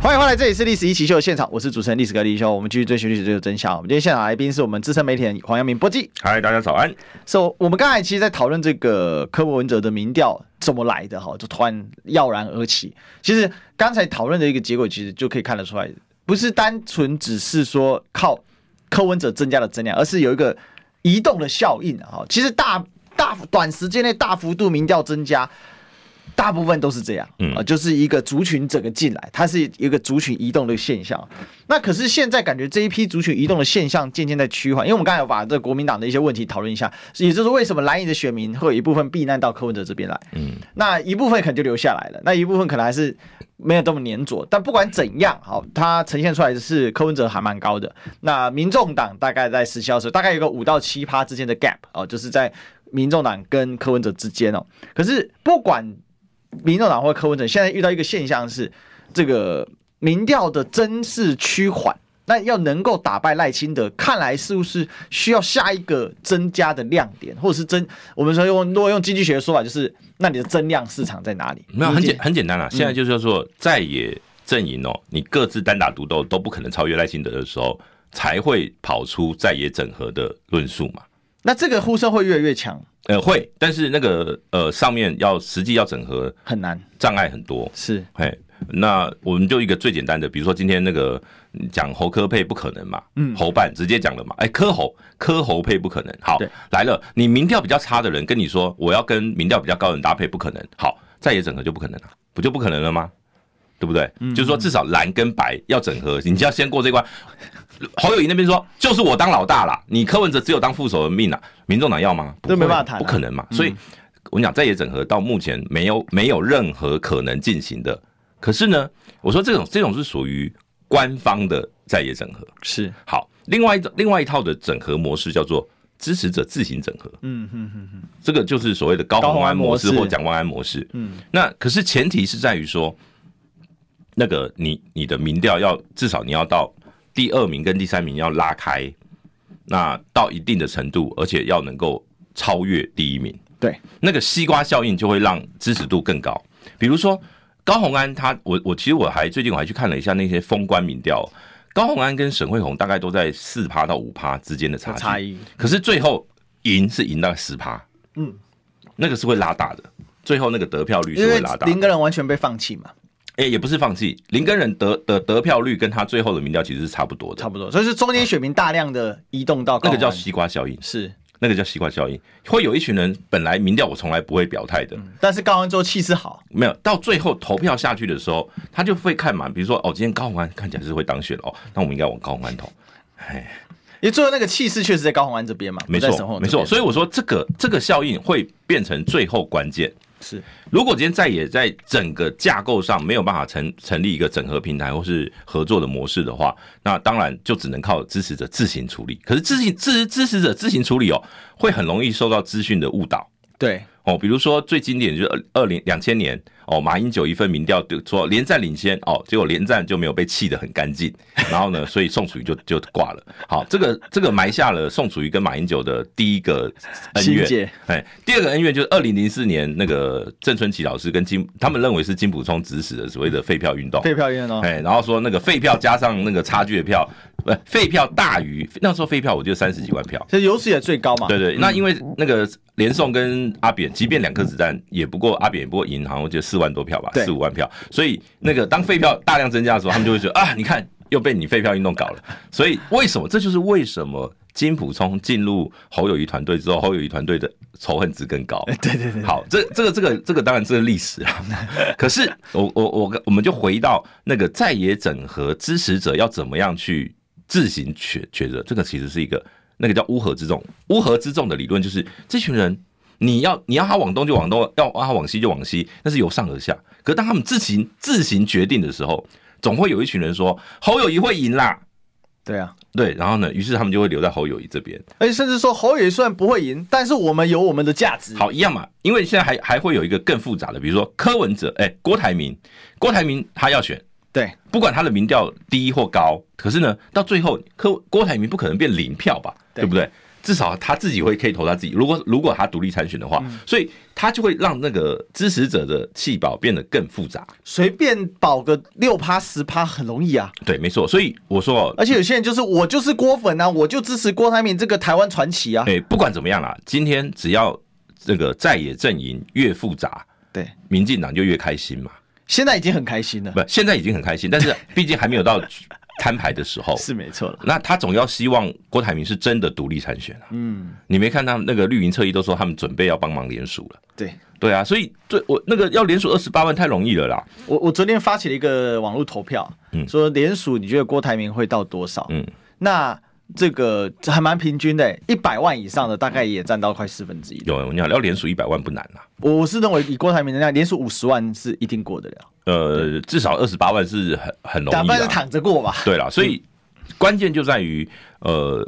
欢迎回来，这里是《历史一奇秀》的现场，我是主持人历史哥李一修。我们继续追寻历史，追求真相。我们今天现场来宾是我们资深媒体人黄阳明波记。嗨，大家早安。 So，我们刚才其实，在讨论这个柯文哲的民调怎么来的哈，就突然耀然而起。其实刚才讨论的一个结果，其实就可以看得出来，不是单纯只是说靠柯文哲增加的增量，而是有一个移动的效应啊。其实大大短时间内大幅度民调增加，大部分都是这样嗯啊，就是一个族群整个进来，它是一个族群移动的现象。那可是现在感觉这一批族群移动的现象渐渐在趋缓，因为我们刚才有把这个国民党的一些问题讨论一下，也就是为什么蓝营的选民会有一部分避难到柯文哲这边来，嗯，那一部分可能就留下来了，那一部分可能还是没有这么粘着。但不管怎样，好，它呈现出来的是柯文哲还蛮高的，那民众党大概在失效的时候，大概有个五到七趴之间的 gap 哦，就是在民众党跟柯文哲之间哦。可是不管民众党或柯文哲现在遇到一个现象是，这个民调的增势趋缓。那要能够打败赖清德，看来是不是需要下一个增加的亮点，或者是增？我们说用如果用经济学的说法，就是那你的增量市场在哪里？没有很理解嗯简很简单啦、现在就是要说在野阵营哦，你各自单打独斗都不可能超越赖清德的时候，才会跑出在野整合的论述嘛。那这个呼声会越来越强，呃，会，但是那个呃上面要实际要整合很难障碍很多，是嘿，那我们就一个最简单的，比如说今天那个嗯讲侯科配不可能嘛，嗯，侯办直接讲了嘛，哎，科侯科侯配不可能，好对来了，你民调比较差的人跟你说我要跟民调比较高的人搭配不可能，好，再也整合就不可能了，不就不可能了吗？对不对？嗯就是说至少蓝跟白要整合，你就要先过这关。侯友谊那边说，就是我当老大啦，你柯文哲只有当副手的命啊，民众党要吗？不这没会办法谈啊不可能嘛。所以我跟你讲在野整合到目前没有没有任何可能进行的。可是呢，我说这种这种是属于官方的在野整合。是，好，另外一种另外一套的整合模式叫做支持者自行整合，嗯哼哼哼，这个就是所谓的高高虹虹安安模模式式或蒋万安模式。嗯，那可是前提是在于说，那个你你的民调要至少你要到第二名跟第三名要拉开，那到一定的程度，而且要能够超越第一名，对，那个西瓜效应就会让支持度更高。比如说高虹安他，我我其实我还最近我还去看了一下那些封关民调，哦高虹安跟沈惠虹大概都在四趴到五趴之间的差距，差异可是最后赢是赢到十趴，嗯，那个是会拉大的，最后那个得票率因是为会拉大的林根人完全被放弃嘛，哎、也不是放弃，林根人得得得票率跟他最后的民调其实是差不多的，差不多，所以是中间选民大量的移动到高啊那个叫环西瓜效应，是，那个叫西瓜效应，会有一群人本来民调我从来不会表态的，但是高安之后气势好，没有到最后投票下去的时候，他就会看嘛，比如说哦，今天高虹安看起来是会当选哦，那我们应该往高虹安投，因为最后那个气势确实在高虹安这边嘛，没不在沈错宏没错，所以以我说这个这个效应会变成最后关键。是如果今天在野在整个架构上没有办法成成立一个整合平台或是合作的模式的话，那当然就只能靠支持者自行处理。可是自行支支持者自行处理哦，会很容易受到资讯的误导。对，哦，比如说最经典就是二二零两千年哦，马英九一份民调就说连战领先哦，结果连战就没有被气得很干净，然后呢，所以宋楚瑜就就挂了。好，这个这个埋下了宋楚瑜跟马英九的第一个恩心怨结，哎，第二个恩怨就是二零零四年那个郑春琪老师跟金，他们认为是金溥聪指使的所谓的废票运动，废票运动，哎，然后说那个废票加上那个差距的票，不、废票大于那时候废票我就三十几万票，这有史以来最高嘛，嗯对对，那因为那个连宋跟阿扁，即便两颗子弹，也不过阿扁也不过赢，好像我记得四万多票吧，对四五万票。所以那个当废票 大量增加的时候，他们就会觉得啊，你看又被你废票运动搞了。所以为什么？这就是为什么金普聪进入侯友谊团队之后，侯友谊团队的仇恨值更高。 对对对，好，这这个这个这个当然这个历史啊，可是我我我我们就回到那个在野整合支持者要怎么样去自行抉抉择，这个其实是一个那个叫乌合之众，乌合之众的理论就是这群人。你要你要他往东就往东，要他往西就往西，那是由上而下。可是当他们自行自行决定的时候，总会有一群人说侯友谊会赢啦，对啊，对，然后呢，于是他们就会留在侯友谊这边。而且甚至说侯友宜虽然不会赢，但是我们有我们的价值。好，一样嘛，因为现在还还会有一个更复杂的，比如说柯文哲，哎、郭台铭，郭台铭他要选，对，不管他的民调低或高，可是呢，到最后柯郭台铭不可能变零票吧，对对不对？至少他自己会可以投他自己。如果如果他独立参选的话，所以他就会让那个支持者的弃保变得更复杂。随便保个六趴十趴很容易啊。对，没错。所以我说哦，而且有些人就是我就是郭粉啊，我就支持郭台铭这个台湾传奇啊。哎、不管怎么样啦，今天只要这个在野阵营越复杂，对，民进党就越开心嘛。现在已经很开心了，不，现在已经很开心，但是毕竟还没有到 摊牌的时候。是没错了。那他总要希望郭台铭是真的独立参选啊！嗯，你没看他们那个绿营侧翼都说他们准备要帮忙联署了，对对啊，所以对我那个要联署二十八万太容易了啦。我我昨天发起了一个网络投票，嗯说联署你觉得郭台铭会到多少？嗯，那这个这还蛮平均的，一百万以上的大概也占到快四分之一。有你要要联署一百万不难啊啦，我我是认为以郭台铭的量，连署五十万是一定过得了，呃，至少二十八万是很很容打易啊算就啦。躺着过吧。对啦，所以关键就在于呃，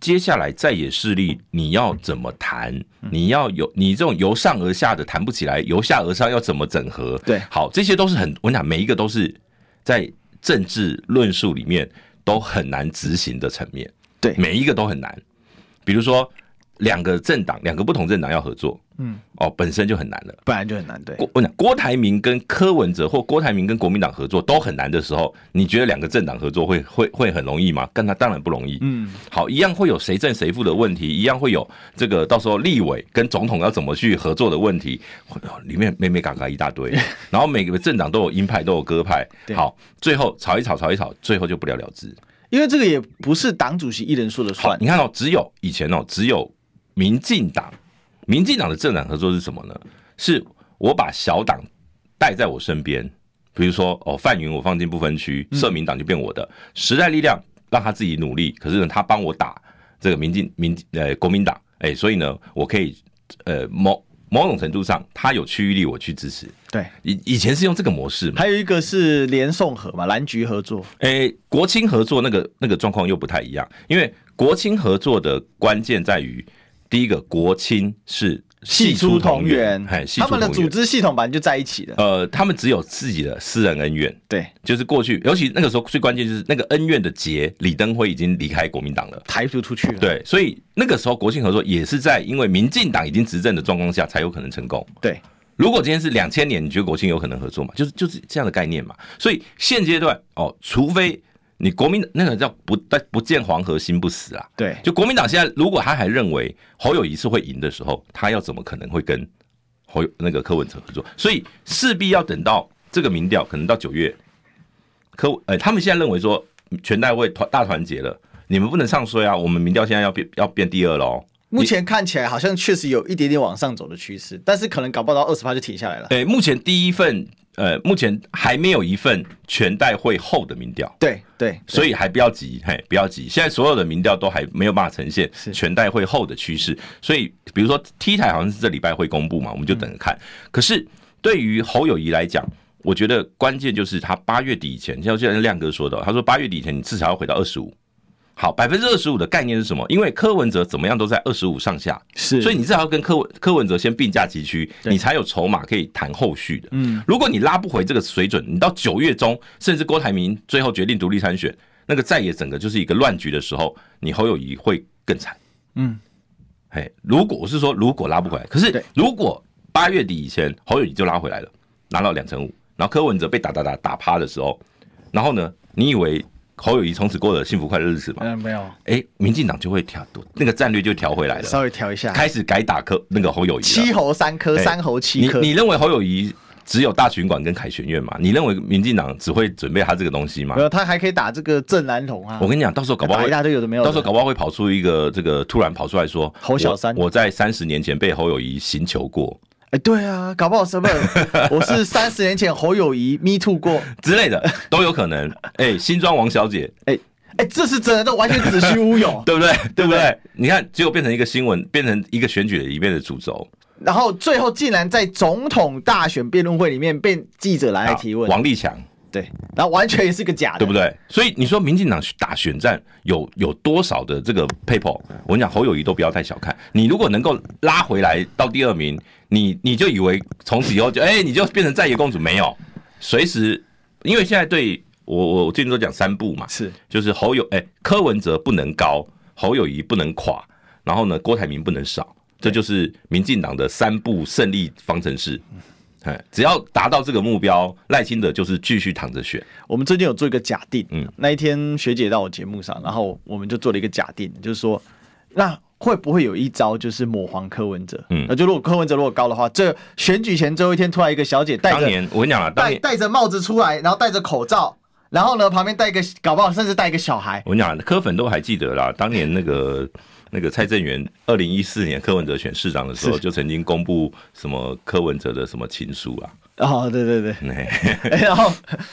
接下来在野势力你要怎么谈？你要有你这种由上而下的谈不起来，由下而上要怎么整合？对好，这些都是很我跟你讲每一个都是在政治论述里面都很难执行的层面，对每一个都很难。比如说两个政党，两个不同政党要合作，嗯，哦，本身就很难了。本来就很难对。郭我跟你讲郭台铭跟柯文哲或郭台铭跟国民党合作都很难的时候，你觉得两个政党合作会会会很容易吗？跟他当然不容易。嗯，好，一样会有谁正谁负的问题，一样会有这个到时候立委跟总统要怎么去合作的问题，会里面妹妹嘎嘎一 大堆。然后每个政党都有鹰派，都有鸽派。对好，最后吵一吵，吵一吵，最后就不了了之。因为这个也不是党主席一人说了好算，你，看哦，只有以前哦，只有民进党，民进党的政党合作是什么呢？是我把小党带在我身边，比如说哦，范云我放进不分区，社民党就变我的，时代力量让他自己努力，可是呢，他帮我打这个民进民呃国民党，哎，所以呢，我可以呃某某种程度上，他有区域力，我去支持。对。以以前是用这个模式嘛？还有一个是连宋合嘛，蓝局合作，诶、国青合作那个那个状况又不太一样，因为国青合作的关键在于，第一个国青是系出同源源，哎，，系出他同们的源。组织系统本来就在一起的。呃，他们只有自己的私人恩怨，对，就是过去，尤其那个时候最关键就是那个恩怨的结，李登辉已经离开国民党了。台独出去了。对，所以那个时候国庆合作也是在因为民进党已经执政的状况下才有可能成功。对，如果今天是两千年，你觉得国庆有可能合作吗？就是就是这样的概念嘛。所以现阶段哦，除非你国民那个叫不但不见黄河心不死啊，对就国民党现在如果他还认为侯友谊是会赢的时候，他要怎么可能会跟侯友那个柯文哲合作？所以势必要等到这个民调，可能到九月，柯呃他们现在认为说全代会团大团结了，你们不能唱衰啊，我们民调现在要变要变第二喽。目前看起来好像确实有一点点往上走的趋势，但是可能搞不好到二十趴就停下来了。诶，呃目前第一份，呃，目前还没有一份全代会后的民调，对对，所以还不要急，嘿，不要急。现在所有的民调都还没有办法呈现是全代会后的趋势，所以比如说 T 台好像是这礼拜会公布嘛，我们就等着看。可是对于侯友谊来讲，我觉得关键就是他八月底以前，像现在亮哥说的，他说八月底以前你至少要回到二十五。好，百分之二十五的概念是什么？因为柯文哲怎么样都在二十五上下，是所以你至少要跟柯文柯文哲先并驾齐驱，对你才有筹码可以谈后续的。嗯，如果你拉不回这个水准，你到九月中，甚至郭台铭最后决定独立参选，那个在野整个就是一个乱局的时候，你侯友谊会更惨。嗯，哎，如果我是说如果拉不回来，可是对如果八月底以前侯友谊就拉回来了，拿到两成五，然后柯文哲被打打打打趴的时候，然后呢，你以为侯友谊从此过了幸福快乐日子吗？嗯，没有，哎，民进党就会调那个战略就调回来了。稍微调一下，开始改打柯那个侯友谊了，七侯三科，哎三侯七科你。你认为侯友谊只有大群馆跟凯旋院嘛？你认为民进党只会准备他这个东西吗没？有，他还可以打这个郑南龙啊。我跟你讲，到时候搞不好打会一大堆有的没有的到时候搞不好会跑出一个这个突然跑出来说侯小三我我在三十年前被侯友谊刑 求过哎、对啊，搞不好什么，我是三十年前侯友谊 me too 过，之类的都有可能。 哎、新庄王小姐，哎、哎、这是真的，这完全子虚乌有。对不对？对不对？你看，结果变成一个新闻，变成一个选举里面的主轴。然后最后竟然在总统大选辩论会里面被记者拿来提问，啊王立强，对，然后完全也是个假的，啊对不？对？所以你说民进党打选战有有多少的这个 paper？我跟你讲，侯友谊都不要太小看。你如果能够拉回来到第二名，你你就以为从此以后就哎、你就变成在野共主没有？随时，因为现在对我我我最近都讲三步嘛，是就是侯友哎、柯文哲不能高，侯友谊不能垮，然后呢郭台铭不能少，这就是民进党的三步胜利方程式。哎，只要达到这个目标，赖清德就是继续躺着选。我们最近有做一个假定，嗯那一天学姐到我节目上，然后我们就做了一个假定，就是说，那会不会有一招就是抹黄柯文哲？嗯那就如果柯文哲如果高的话，这选举前最后一天突然一个小姐戴当着年我跟你讲啊，当戴年戴着帽子出来，然后戴着口罩，然后呢旁边带一个，搞不好甚至带一个小孩，我跟你讲啊，柯粉都还记得啦，当年那个。那个蔡正元，二零一四年柯文哲选市长的时候，是就曾经公布什么柯文哲的什么情书啊， 哦，对对对，嘿 哎然后，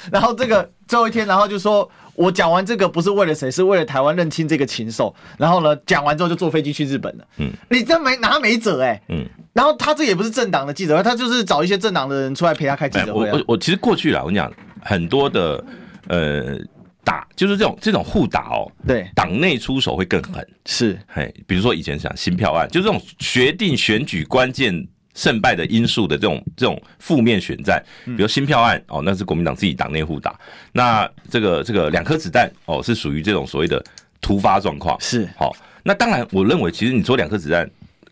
然后这个最后一天，然后就说我讲完这个不是为了谁，是为了台湾认清这个禽兽。然后呢，讲完之后就坐飞机去日本了。嗯，你真没拿没辙哎、嗯，然后他这也不是政党的记者会，他就是找一些政党的人出来陪他开记哎者我会啊我。我其实过去了，我跟你讲，很多的呃打就是这种这种互打哦，对，党内出手会更狠。是嘿，比如说以前讲新票案，就这种决定选举关键胜败的因素的这种这种负面选战，嗯比如新票案哦，那是国民党自己党内互打。那这个这个两颗子弹哦，是属于这种所谓的突发状况。是好、那当然，我认为其实你说两颗子弹，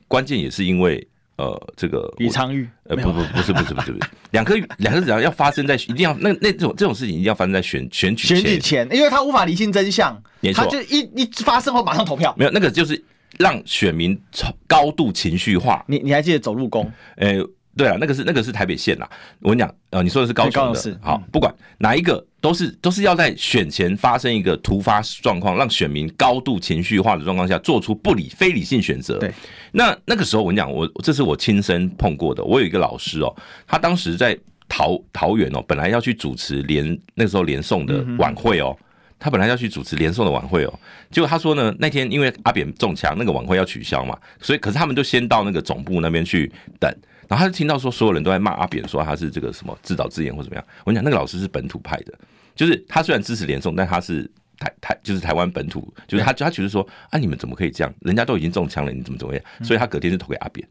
关键也是因为呃这个李我昌钰，呃，没不有不不是不是不是不是，两颗两颗只要要发生在一定要那那这种这种事情一定要发生在选选举选举前，前，因为他无法理清真相没，错他就一一发生后马上投票。没有那个就是让选民超高度情绪化。你你还记得走路工？呃，对了，那个是那个是台北县啦，我跟你讲，呃，你说的是高对高雄雄的，市嗯好，不管哪一个都是都是要在选前发生一个突发状况，让选民高度情绪化的状况下做出不理非理性选择。对，那那个时候我跟你讲，我这是我亲身碰过的，我有一个老师哦，他当时在桃桃园哦，本来要去主持联那时候联送嗯的晚会哦。他本来要去主持联送的晚会哦，结果他说呢，那天因为阿扁中枪，那个晚会要取消嘛，所以可是他们就先到那个总部那边去等，然后他就听到说所有人都在骂阿扁，说他是这个什么自导自演或怎么样。我跟你讲，那个老师是本土派的，就是他虽然支持联送，但他是台台就是台湾本土，就是他他觉得说啊，你们怎么可以这样？人家都已经中枪了，你怎么怎么样？所以他隔天就投给阿扁。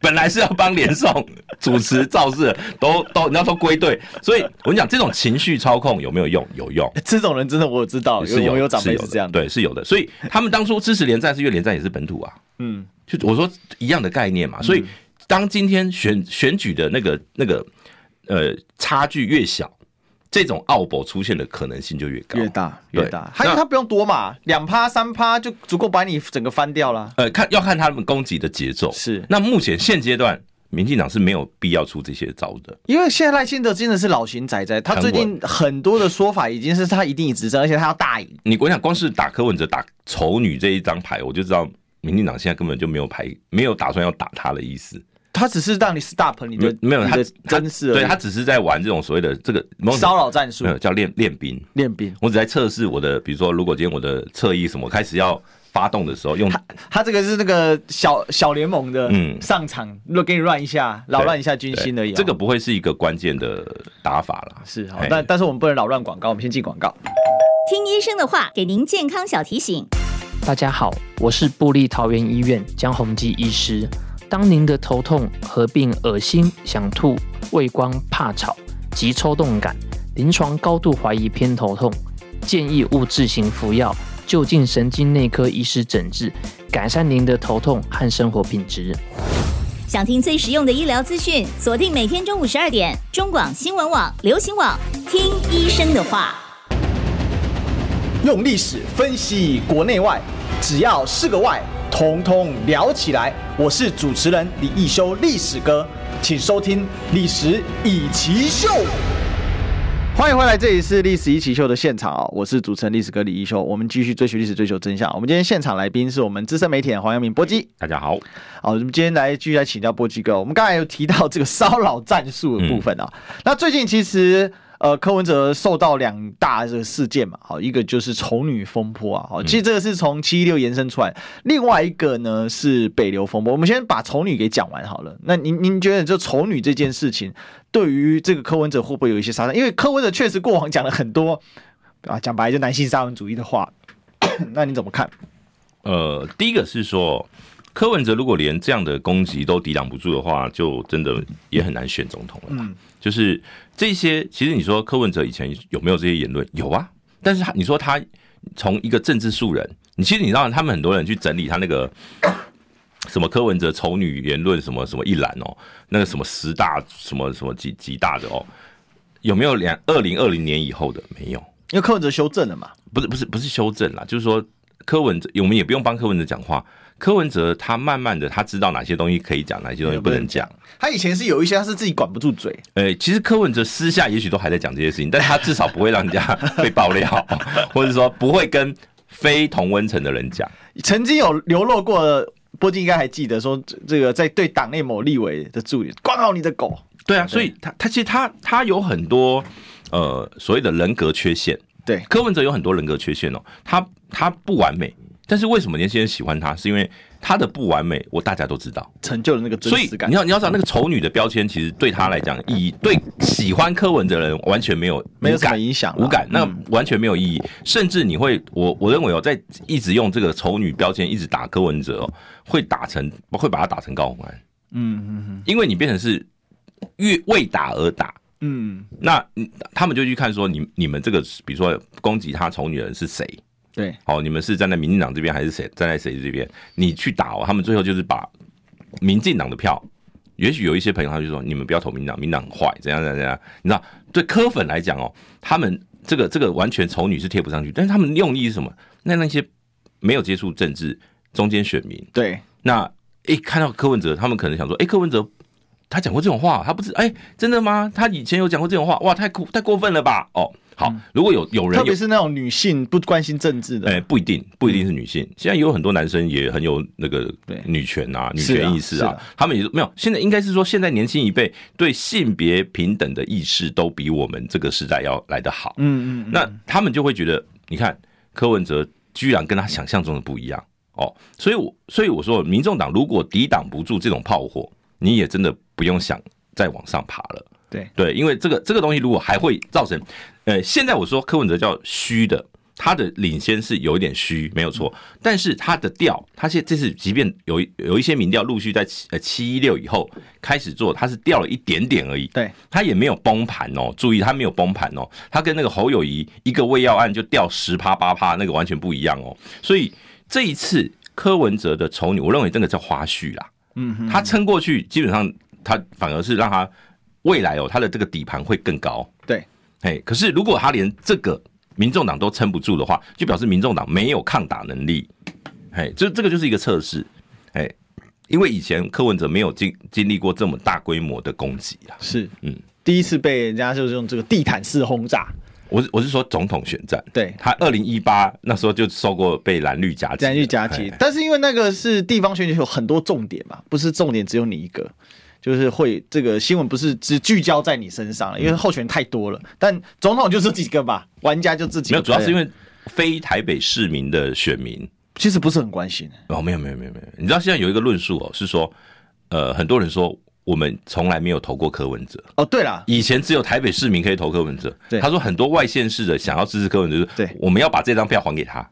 本来是要帮连宋主持造势的，都都你要说归队，所以我跟你讲，这种情绪操控有没有用？有用， 这种人真的我有知道，是哦有我有长是辈有是的这样的。对，是有的。所以他们当初支持连战，是因为连战也是本土啊，嗯，就我说一样的概念嘛。所以当今天选选举的那个那个呃差距越小，这种奥博出现的可能性就越高，越大对越大，还有他不用多嘛，两趴三趴就足够把你整个翻掉了。呃，看要看他们攻击的节奏。是那目前现阶段，民进党是没有必要出这些招的。因为现在赖清德真的是老型仔仔，他最近很多的说法已经是他一定执政，而且他要大赢。你我想，光是打柯文哲打丑女这一张牌，我就知道民进党现在根本就没有牌，没有打算要打他的意思。他只是让你 stop 你没有的没有，你他的他真是对他只是在玩这种所谓的这个某种骚扰战术没有叫练练兵。练兵。我只在测试我的，比如说，如果今天我的侧翼什么开始要发动的时候，用他这个是那个小小联盟的嗯上场，如果给你乱一下，扰乱一下军心而已哦。这个不会是一个关键的打法啦。是好哎，但但是我们不能扰乱广告，我们先进广告。听医生的话，给您健康小提醒。大家好，我是布利桃园医院江宏基医师。当您的头痛、合并恶心、想吐、畏光、怕吵及抽动感，临床高度怀疑偏头痛，建议勿自行服药，就近神经内科医师诊治，改善您的头痛和生活品质。想听最实用的医疗资讯，锁定每天中午十二点，中广新闻网、流行网，听医生的话。用历史分析国内外，只要是个“外”，通通聊起来。我是主持人李易修，历史哥，请收听《历史以奇秀》。欢迎回来，这里是《历史一起秀》的现场啊、我是主持人历史哥李一修，我们继续追寻历史，追求真相。我们今天现场来宾是我们资深媒体人黄阳明波基，大家好，好，我们今天来继续来请教波基哥。我们刚才有提到这个骚扰战术的部分啊，那最近其实呃柯文哲受到两大这个事件嘛，好，一个就是丑女风波啊，好，其实这个是从七一六延伸出来，另外一个呢是北流风波。我们先把丑女给讲完好了。那您您觉得就丑女这件事情，对于这个柯文哲会不会有一些杀伤？因为柯文哲确实过往讲了很多啊，讲白了就男性沙文主义的话， 那你怎么看？呃，第一个是说，柯文哲如果连这样的攻击都抵挡不住的话，就真的也很难选总统了吧。嗯就是这些，其实你说柯文哲以前有没有这些言论？有啊，但是他你说他从一个政治素人，你其实你知道，他们很多人去整理他那个 什么柯文哲丑女言论什么什么一栏哦，那个什么十大什么什么几几大的哦，有没有两二零二零年以后的？没有。因为柯文哲修正了嘛，不是不是不是修正啦，就是说柯文哲，我们也不用帮柯文哲讲话。柯文哲他慢慢的他知道哪些东西可以讲，哪些东西不能讲。他以前是有一些他是自己管不住嘴，呃，其实柯文哲私下也许都还在讲这些事情，但他至少不会让人家 被爆料，或者说不会跟非同温层的人讲。曾经有流落过，波金应该还记得说，这这个在对党内某立委的助理管好你的狗，对啊，所以他他其实他他有很多呃所谓的人格缺陷。对柯文哲有很多人格缺陷哦，他他不完美，但是为什么年轻人喜欢他？是因为他的不完美，我大家都知道。成就了那个真所以实感你。要你要知道，那个丑女的标签其实对她来讲意义，对喜欢柯文哲的人完全没有没有无什么感影响啦无感嗯那完全没有意义。甚至你会，我我认为哦，在一直用这个丑女标签一直打柯文哲哦，会打成会把他打成高红安，嗯嗯因为你变成是越为打而打。嗯嗯，那嗯他们就去看说你你们这个，比如说攻击他丑女的人是谁？对，哦，你们是站在民进党这边还是谁站在谁这边？你去打哦，他们最后就是把民进党的票。也许有一些朋友他就说，你们不要投民进党，民进党很坏，怎样怎样怎样。你知道，对柯粉来讲哦，他们这个这个完全丑女是贴不上去，但是他们用意是什么？那那些没有接触政治中间选民，对，那一看到柯文哲，他们可能想说，哎、柯文哲他讲过这种话，他不是哎、真的吗？他以前有讲过这种话，哇，太过太过分了吧？哦，好，如果有有人嗯特有别是那种女性不关心政治哎、的，嗯不一定，不一定是女性。现在有很多男生也很有那个对女权啊、女是啊权意识是啊，啊他们也是没有。现在应该是说，现在年轻一辈对性别平等的意识都比我们这个时代要来得好。嗯嗯，嗯那他们就会觉得，你看柯文哲居然跟他想象中的不一样哦，所以我所以我说，民众党如果抵挡不住这种炮火，你也真的不用想再往上爬了。对对，因为这个这个东西如果还会造成，呃，现在我说柯文哲叫虚的，他的领先是有一点虚，没有错，嗯但是他的调，他现这次即便有一有一些民调陆续在七呃七一六以后开始做，他是掉了一点点而已，对，他也没有崩盘哦，注意他没有崩盘哦，他跟那个侯友谊一个胃药案就掉十趴八趴，那个完全不一样哦。所以这一次柯文哲的丑女，我认为这个叫花絮啦，嗯哼，他撑过去，基本上他反而是让他未来哦，他的这个底盘会更高。对，哎，可是如果他连这个民众党都撑不住的话，就表示民众党没有抗打能力。哎，这这个就是一个测试。哎，因为以前柯文哲没有经经历过这么大规模的攻击啦。是，嗯嗯，第一次被人家就是用这个地毯式轰炸，我是我是说总统选战，对他二零一八那时候就受过被蓝绿夹击了，再去夹击哎。但是因为那个是地方选举有很多重点嘛，不是重点只有你一个，就是会这个新闻不是只聚焦在你身上了，嗯因为候选人太多了。但总统就这几个吧，玩家就这几个。没有，主要是因为为非台北市民的选民其实不是很关心。哦，没有没有没有没有，你知道现在有一个论述哦，是说，呃，很多人说我们从来没有投过柯文哲，哦，对啦，以前只有台北市民可以投柯文哲对，他说很多外县市的想要支持柯文哲，就是对我们要把这张票还给他，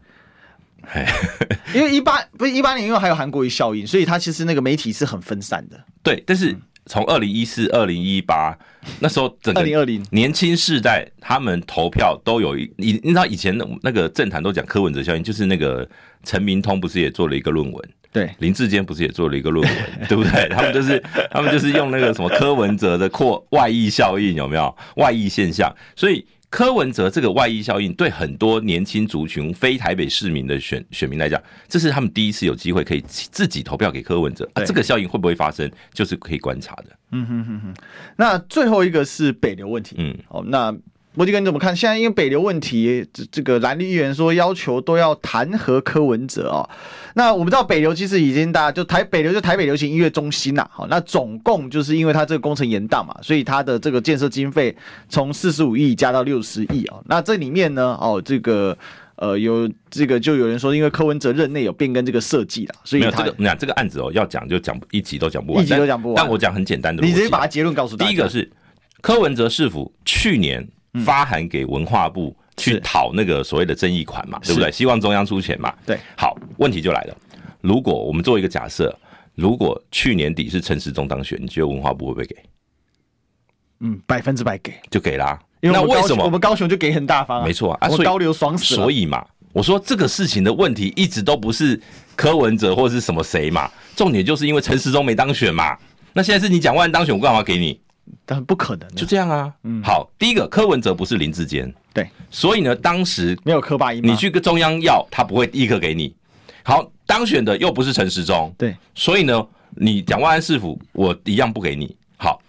因为一八不是一八年，因为还有韩国瑜效应，所以他其实那个媒体是很分散的。对，但是从二零一四、二零一八那时候，整个2020年轻世代他们投票都有一，你你知道以前那那个政坛都讲柯文哲效应，就是那个陈明通不是也做了一个论文，对，林志坚不是也做了一个论文， 对不对？他们就是他们就是用那个什么柯文哲的扩外溢效应有没有外溢现象？所以柯文哲这个外溢效应对很多年轻族群、非台北市民的选选民来讲，这是他们第一次有机会可以自己投票给柯文哲、啊。对这个效应会不会发生，就是可以观察的。嗯哼哼哼。那最后一个是北流问题，嗯，哦，那波基哥你怎么看？现在因为北流问题，这这个蓝绿议员说要求都要弹劾柯文哲哦。那我们知道北流其实已经大家就台北流就台北流行音乐中心呐、好，那总共就是因为它这个工程延宕嘛，所以它的这个建设经费从四十五亿加到六十亿哦。那这里面呢，哦，这个。呃，有这个就有人说，因为柯文哲任内有变更这个设计啦，所以没有他这个，那这个案子哦，要讲就讲一集都讲不完，一集都但讲不完但我讲很简单的逻辑你啊，直接把它结论告诉大第家。一个是柯文哲市府去年发函给文化部去嗯是讨那个所谓的争议款嘛，对不是对？希望中央出钱嘛。对，好，问题就来了，如果我们做一个假设，如果去年底是陈时中当选，你觉得文化部会不会给？嗯，百分之百给，就给啦。因为那我们为高什雄我么们？高雄就给很大方、啊，没错啊，啊我所们以高流爽死了。所以嘛，我说这个事情的问题一直都不是柯文哲或是什么谁嘛，重点就是因为陈时中没当选嘛。那现在是你蒋万安当选，我干嘛给你？但不可能啊，就这样啊。好，第一个柯文哲不是林志坚，对，所以呢，当时没有柯霸一嘛你去跟中央要，他不会立刻给你。好，当选的又不是陈时中，对，所以呢，你蒋万安市府我一样不给你。好，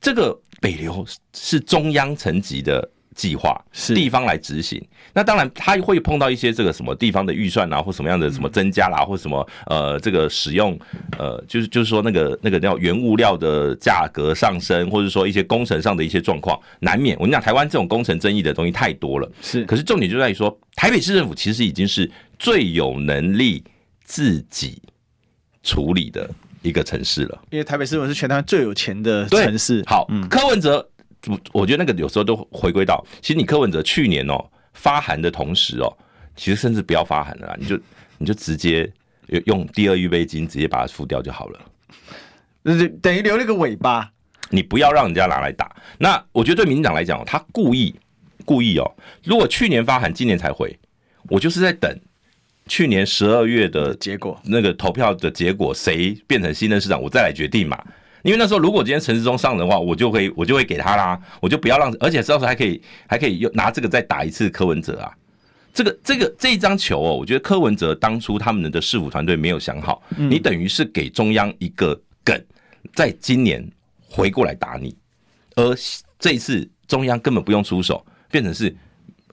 这个北流是中央层级的计划，是地方来执行。那当然，他会碰到一些这个什么地方的预算啊，或什么样的什么增加啦，或什么呃这个使用呃，就是就是说那个那个叫原物料的价格上升，或者说一些工程上的一些状况，难免。我跟你讲，台湾这种工程争议的东西太多了。是可是重点就在于说，台北市政府其实已经是最有能力自己处理的一个城市了。因为台北市我是全台湾最有钱的对城市。嗯好，柯文哲，我我觉得那个有时候都回归到，其实你柯文哲去年哦发函的同时哦，其实甚至不要发函了啦，你就你就直接用第二预备金直接把它付掉就好了。就是等于留了一个尾巴。你不要让人家拿来打。那我觉得对民进党来讲哦，他故意故意哦，如果去年发函，今年才回，我就是在等去年十二月的结果那个投票的结果，谁变成新任市长，我再来决定嘛。因为那时候如果今天陈时中上的话，我就会我就会给他啦，我就不要让，而且到时候还可以还可以又拿这个再打一次柯文哲啊。这个这个这一张球哦，我觉得柯文哲当初他们的市府团队没有想好，嗯你等于是给中央一个梗，在今年回过来打你，而这一次中央根本不用出手，变成是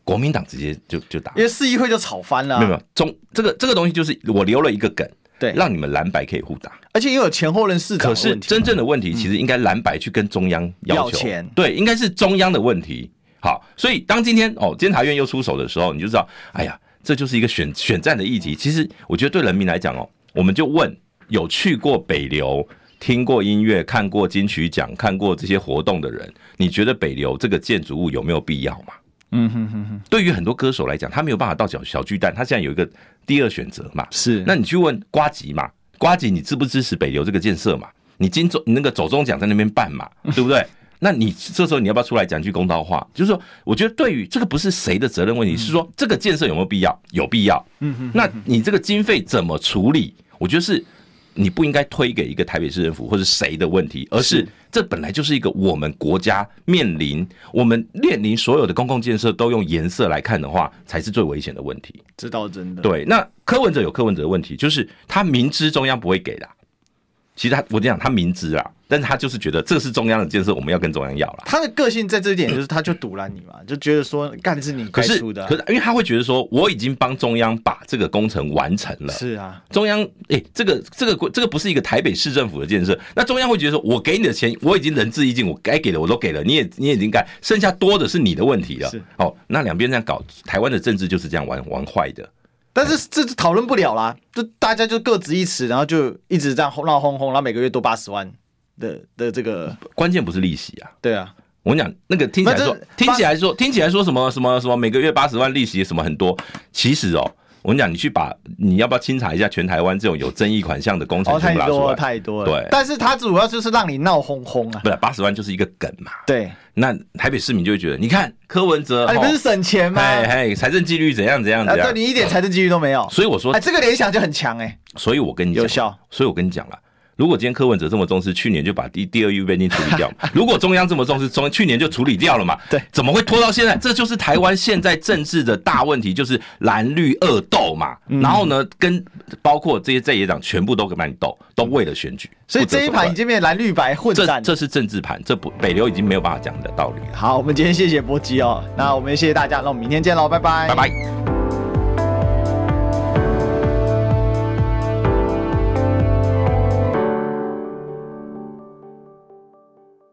国民党直接就就打因，为市议会就吵翻了啊、没有没有中这个这个东西就是我留了一个梗，对让你们蓝白可以互打。而且又有前后任市长可的是问题。嗯真正的问题，其实应该蓝白去跟中央要要求，钱对，应该是中央的问题。好，所以当今天哦，监察院又出手的时候，你就知道，哎呀，这就是一个选选战的议题。其实我觉得对人民来讲哦，我们就问有去过北流、听过音乐、看过金曲奖、看过这些活动的人，你觉得北流这个建筑物有没有必要嘛？嗯哼哼哼，对于很多歌手来讲，他没有办法到小小巨蛋，他现在有一个第二选择嘛，是那你去问瓜吉嘛，瓜吉你支不支持北流这个建设嘛？你金钟你那个走中奖在那边办嘛，对不对？那你这时候你要不要出来讲句公道话？就是说，我觉得对于这个不是谁的责任问题，是说这个建设有没有必要？有必要。嗯嗯。那你这个经费怎么处理？我觉得是你不应该推给一个台北市政府或是谁的问题，而是是这本来就是一个我们国家面临我们面临所有的公共建设都用颜色来看的话，才是最危险的问题。这倒真的。，对，那柯文哲有柯文哲的问题，就是他明知中央不会给的啊，其实他我跟你讲，他明知啊，但是他就是觉得这是中央的建设，我们要跟中央要啦。他的个性在这一点就是，他就堵拦你嘛，就觉得说干是你可该是，出的啊、可是，因为他会觉得说，我已经帮中央把这个工程完成了，是啊，中央，哎、这个这个国这个不是一个台北市政府的建设，那中央会觉得说，我给你的钱我已经仁至义尽，我该给的我都给了，你也你也应该，剩下多的是你的问题了是。哦，那两边这样搞，台湾的政治就是这样玩玩坏的。但是这这讨论不了啦，就大家就各执一词，然后就一直这样闹哄哄，然后每个月多八十万的的这个，关键不是利息啊，对啊，我跟你讲，那个听起来说那这，听起来说，听起来说什么什么什么，每个月八十万利息什么很多，其实哦，我跟你讲，你去把你要不要清查一下全台湾这种有争议款项的工程哦，全太部拿出多来？了，太多了。对但是他主要就是让你闹哄哄啊。不是八十万就是一个梗嘛。对，那台北市民就会觉得，你看柯文哲，啊，你不是省钱吗？哎哎，财政纪律怎样怎样啊，怎对样？你一点财政纪律都没有。所以我说哎，，这个联想就很强哎、所以我跟你讲有效，所以我跟你讲了，如果今天柯文哲这么重视，去年就把第第二预备金处理掉嘛。 如果中央这么重视，中去年就处理掉了嘛。对怎么会拖到现在？这就是台湾现在政治的大问题，就是蓝绿恶斗嘛。嗯然后呢，跟包括这些在野党全部都给把你斗，都为了选举。所以这一盘已经变蓝绿白混这战。这是政治盘，这不北流已经没有办法讲的道理了。好，我们今天谢谢波基哦，那我们谢谢大家，那我们明天见喽，拜拜，拜拜。